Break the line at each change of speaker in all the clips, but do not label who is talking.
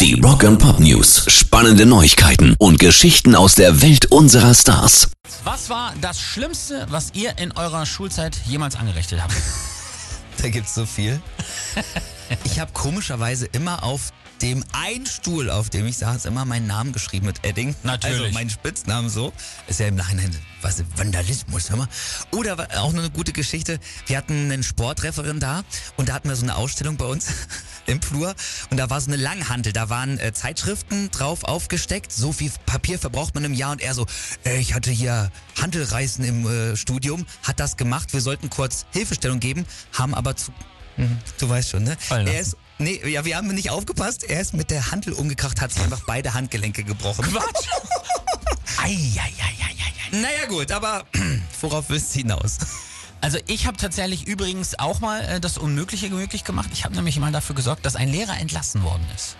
Die Rock and Pop News. Spannende Neuigkeiten und Geschichten aus der Welt unserer Stars.
Was war das Schlimmste, was ihr in eurer Schulzeit jemals angerichtet habt?
Da gibt's so viel. Ich habe komischerweise immer auf dem einen Stuhl, auf dem ich saß, immer meinen Namen geschrieben mit Edding.
Natürlich.
Also meinen Spitznamen so. Ist ja im Nachhinein, was, Vandalismus, hör mal. Oder wa- auch nur eine gute Geschichte. Wir hatten einen Sportreferent da und da hatten wir so eine Ausstellung bei uns im Flur und da war so eine Langhantel. Da waren äh, Zeitschriften drauf aufgesteckt. So viel Papier verbraucht man im Jahr und er so, äh, ich hatte hier Hantelreißen im äh, Studium, hat das gemacht. Wir sollten kurz Hilfestellung geben, haben aber zu Du weißt schon, ne?
Fallen
Er ist,
lassen.
nee, ja, wir haben nicht aufgepasst. Er ist mit der Handel umgekracht, hat sich einfach beide Handgelenke gebrochen. Quatsch!
Eieieiei.
naja, gut, aber worauf willst du hinaus?
Also ich habe tatsächlich übrigens auch mal äh, das Unmögliche möglich gemacht. Ich habe nämlich mal dafür gesorgt, dass ein Lehrer entlassen worden ist.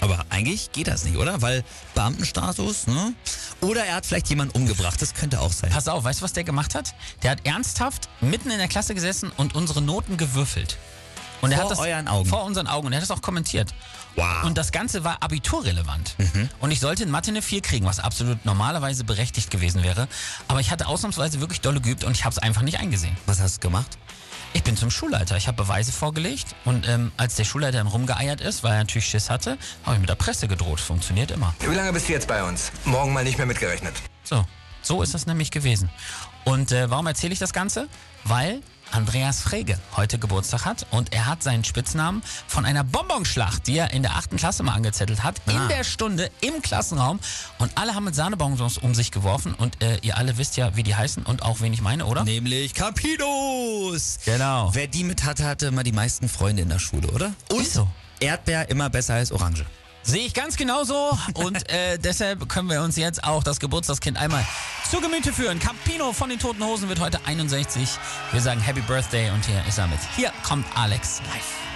Aber eigentlich geht das nicht, oder? Weil Beamtenstatus, ne? Oder er hat vielleicht jemanden umgebracht. Das könnte auch sein.
Pass auf, weißt du, was der gemacht hat? Der hat ernsthaft mitten in der Klasse gesessen und unsere Noten gewürfelt. Und er
Vor
hat das
euren Augen.
vor unseren Augen und er hat das auch kommentiert.
Wow. Mhm.
Und das Ganze war abiturrelevant. Und ich sollte in Mathe eine 4 kriegen, was absolut normalerweise berechtigt gewesen wäre. Aber ich hatte ausnahmsweise wirklich dolle geübt und ich habe es einfach nicht eingesehen.
Was hast du gemacht?
Ich bin zum Schulleiter. Ich habe Beweise vorgelegt. Und ähm, als der Schulleiter dann rumgeeiert ist, weil er natürlich Schiss hatte, habe ich mit der Presse gedroht. Funktioniert immer.
Wie lange bist du jetzt bei uns? Morgen mal nicht mehr mitgerechnet.
So, so ist das nämlich gewesen. Und äh, warum erzähle ich das Ganze? Weil Andreas Frege heute Geburtstag hat und er hat seinen Spitznamen von einer Bonbonschlacht, die er in der achten Klasse mal angezettelt hat,
Ah.
in der Stunde im Klassenraum und alle haben mit Sahnebonbons um sich geworfen und äh, ihr alle wisst ja, wie die heißen und auch wen ich meine, oder?
Nämlich Capinos!
Genau.
Wer die mit hatte, hatte immer die meisten Freunde in der Schule, oder? Und
Ist so.
Erdbeer immer besser als Orange.
Sehe ich ganz genauso und äh, deshalb können wir uns jetzt auch das Geburtstagskind einmal zu Gemüte führen. Campino von den Toten Hosen wird heute 61. Wir sagen Happy Birthday und hier ist er mit. Hier kommt Alex live.